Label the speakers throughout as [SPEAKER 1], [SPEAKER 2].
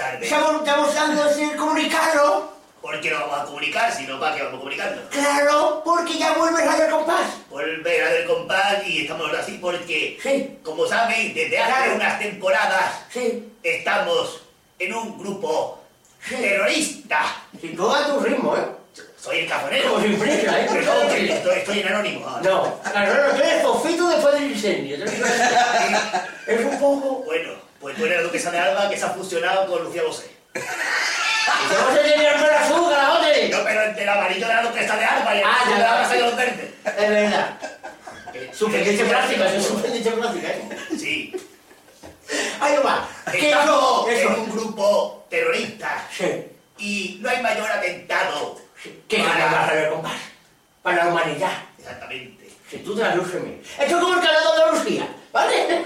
[SPEAKER 1] ¿eh? intentando ser comunicarlo.
[SPEAKER 2] Porque lo vamos a comunicar, si no, ¿para qué vamos comunicando?
[SPEAKER 1] Claro, porque ya vuelve el radio al compás.
[SPEAKER 2] Volver a ver compás y estamos ahora así porque,
[SPEAKER 1] Sí,
[SPEAKER 2] como saben, desde hace
[SPEAKER 1] Claro.
[SPEAKER 2] unas temporadas
[SPEAKER 1] sí.
[SPEAKER 2] estamos en un grupo
[SPEAKER 1] Sí.
[SPEAKER 2] terrorista.
[SPEAKER 1] Y tú a tu ritmo, ¿eh?
[SPEAKER 2] Soy el cafonero.
[SPEAKER 1] Como siempre, ¿eh?
[SPEAKER 2] Pero no, que estoy, estoy en anónimo ahora.
[SPEAKER 1] No, claro, no, tú eres fofito después del incendio. tú eres- Es un poco...
[SPEAKER 2] Bueno, pues tú eres la duquesa de Alba que se ha fusionado con Lucía Bosé.
[SPEAKER 1] ¿Cómo se tiene el pelo azul, garajote?
[SPEAKER 2] No, pero entre el amarillo de la duquesa de Alba y el
[SPEAKER 1] Ah,
[SPEAKER 2] azul
[SPEAKER 1] ya,
[SPEAKER 2] de la
[SPEAKER 1] ya.
[SPEAKER 2] brasa de los verdes.
[SPEAKER 1] Es verdad.
[SPEAKER 2] Eh,
[SPEAKER 1] Superficie
[SPEAKER 2] eh,
[SPEAKER 1] plástica, es superficie plástica, ¿eh?
[SPEAKER 2] Sí.
[SPEAKER 1] Ahí va. ¿Qué
[SPEAKER 2] Estamos
[SPEAKER 1] no?
[SPEAKER 2] en
[SPEAKER 1] Eso.
[SPEAKER 2] un grupo terrorista
[SPEAKER 1] Sí.
[SPEAKER 2] y no hay mayor atentado.
[SPEAKER 1] ¿Qué
[SPEAKER 2] Para-
[SPEAKER 1] gana más radio al compás? Para la humanidad.
[SPEAKER 2] Exactamente.
[SPEAKER 1] Si tú translúceme. Esto es como el calado de Andalucía, ¿vale?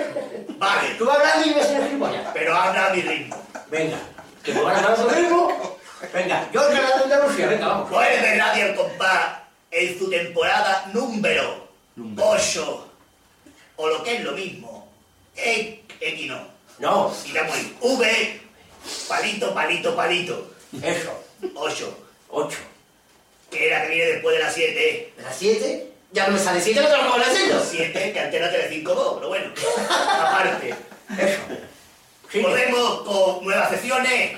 [SPEAKER 2] Vale,
[SPEAKER 1] Tú vas hablando y me haces gilipollas.
[SPEAKER 2] pero habla a mi ritmo.
[SPEAKER 1] Venga, que me van a dar otro ritmo. Venga, yo el calado de Andalucía, venga, vamos.
[SPEAKER 2] Vuelve Radio El Compás en su temporada número 8. O lo que es lo mismo. X no.
[SPEAKER 1] No,
[SPEAKER 2] Digamos el V, palito, palito, palito.
[SPEAKER 1] eso,
[SPEAKER 2] 8.
[SPEAKER 1] 8.
[SPEAKER 2] Que es la que viene después de las 7.
[SPEAKER 1] ¿Las 7? Ya no me sale 7, no te lo puedo hacerlo.
[SPEAKER 2] 7 que antena 352, pero bueno. Aparte.
[SPEAKER 1] Eso. Sí.
[SPEAKER 2] Volvemos con nuevas sesiones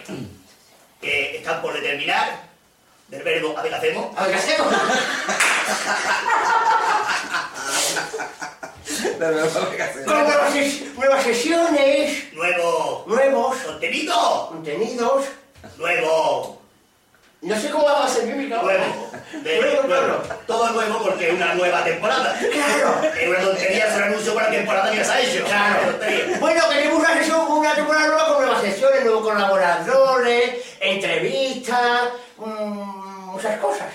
[SPEAKER 2] que están por determinar. Del verbo a ver qué hacemos.
[SPEAKER 1] A ver, ¿qué hacemos?
[SPEAKER 3] No, no, no, ¿qué hacer?
[SPEAKER 1] Con nuevas, ses- nuevas sesiones,
[SPEAKER 2] Nuevo
[SPEAKER 1] nuevos
[SPEAKER 2] contenido.
[SPEAKER 1] contenidos.
[SPEAKER 2] Nuevo
[SPEAKER 1] No sé cómo va a ser mi
[SPEAKER 2] nuevo. De-
[SPEAKER 1] Nuevo,
[SPEAKER 2] nuevo.
[SPEAKER 1] claro.
[SPEAKER 2] Todo nuevo porque es una nueva temporada.
[SPEAKER 1] Claro.
[SPEAKER 2] Es una tontería hacer un anuncio para la temporada que ya se ha hecho.
[SPEAKER 1] Claro.
[SPEAKER 2] Una tontería.
[SPEAKER 1] Bueno, queremos una sesión, una temporada nueva con nuevas sesiones, nuevos colaboradores, entrevistas, mm, muchas cosas.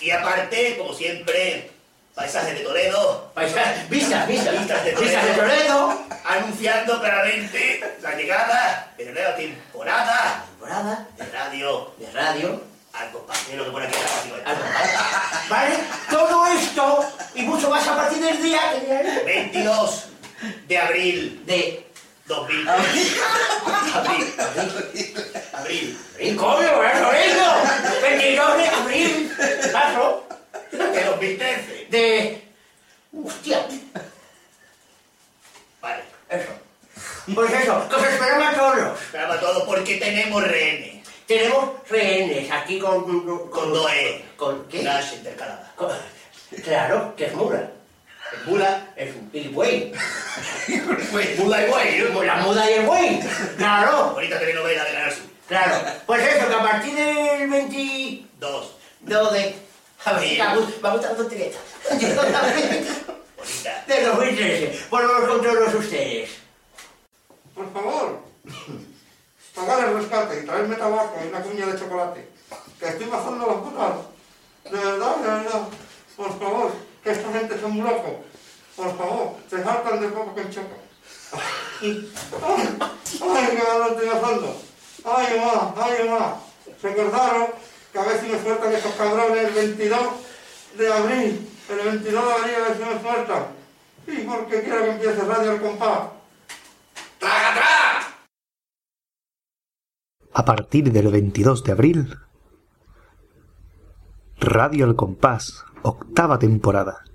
[SPEAKER 2] Y aparte, como siempre, paisajes de Toledo,
[SPEAKER 1] Paisajes, vistas, vistas,
[SPEAKER 2] Vistas de
[SPEAKER 1] vistas de Toledo,
[SPEAKER 2] anunciando claramente la llegada de la nueva temporada
[SPEAKER 1] temporada
[SPEAKER 2] de radio
[SPEAKER 1] de radio.
[SPEAKER 2] al compás. Mira lo que pone aquí en la página web.
[SPEAKER 1] algo más. ¿Vale? Todo esto y mucho más a partir del día
[SPEAKER 2] 22 de abril
[SPEAKER 1] de...
[SPEAKER 2] 2020. Abril. Abril.
[SPEAKER 1] ¡Y coño, ¿verdad, Toledo! 22 de abril, paso,
[SPEAKER 2] De 2013.
[SPEAKER 1] de... ¡Hostia!
[SPEAKER 2] Vale.
[SPEAKER 1] Eso. Pues eso, que os esperamos a todos.
[SPEAKER 2] Graba todo porque tenemos rehenes.
[SPEAKER 1] Tenemos rehenes aquí con... Con,
[SPEAKER 2] Con dos E.
[SPEAKER 1] con- ¿Qué?
[SPEAKER 2] Las intercaladas.
[SPEAKER 1] Con- claro, que es mula.
[SPEAKER 2] El Mula.
[SPEAKER 1] Es un el güey.
[SPEAKER 2] Mula y guay,
[SPEAKER 1] Como
[SPEAKER 2] ¿no?
[SPEAKER 1] la muda y el güey. Claro,
[SPEAKER 2] Bonita telenovela de Canal Sur.
[SPEAKER 1] claro. Pues eso, que a partir del 22
[SPEAKER 2] Dos.
[SPEAKER 1] de... A ver, me gusta- me ha gustado tontería esta.
[SPEAKER 2] Bonita.
[SPEAKER 1] De 2013. Volvemos con todos ustedes.
[SPEAKER 4] Por favor, pagar el rescate y traerme tabaco y una cuña de chocolate. Que estoy bajando las botas. De verdad, de verdad. Por favor, que esta gente son muy locos. Por favor, se saltan de poco que choco. ay, ay, qué malo estoy bajando. Ay, mamá, ay, mamá. Recordaros que a ver si me sueltan esos cabrones el 22 de abril. El 22 de abril a ver si me sueltan. Y porque quiero que empiece radio al compás.
[SPEAKER 5] A partir del 22 de abril, Radio El Compás, octava temporada.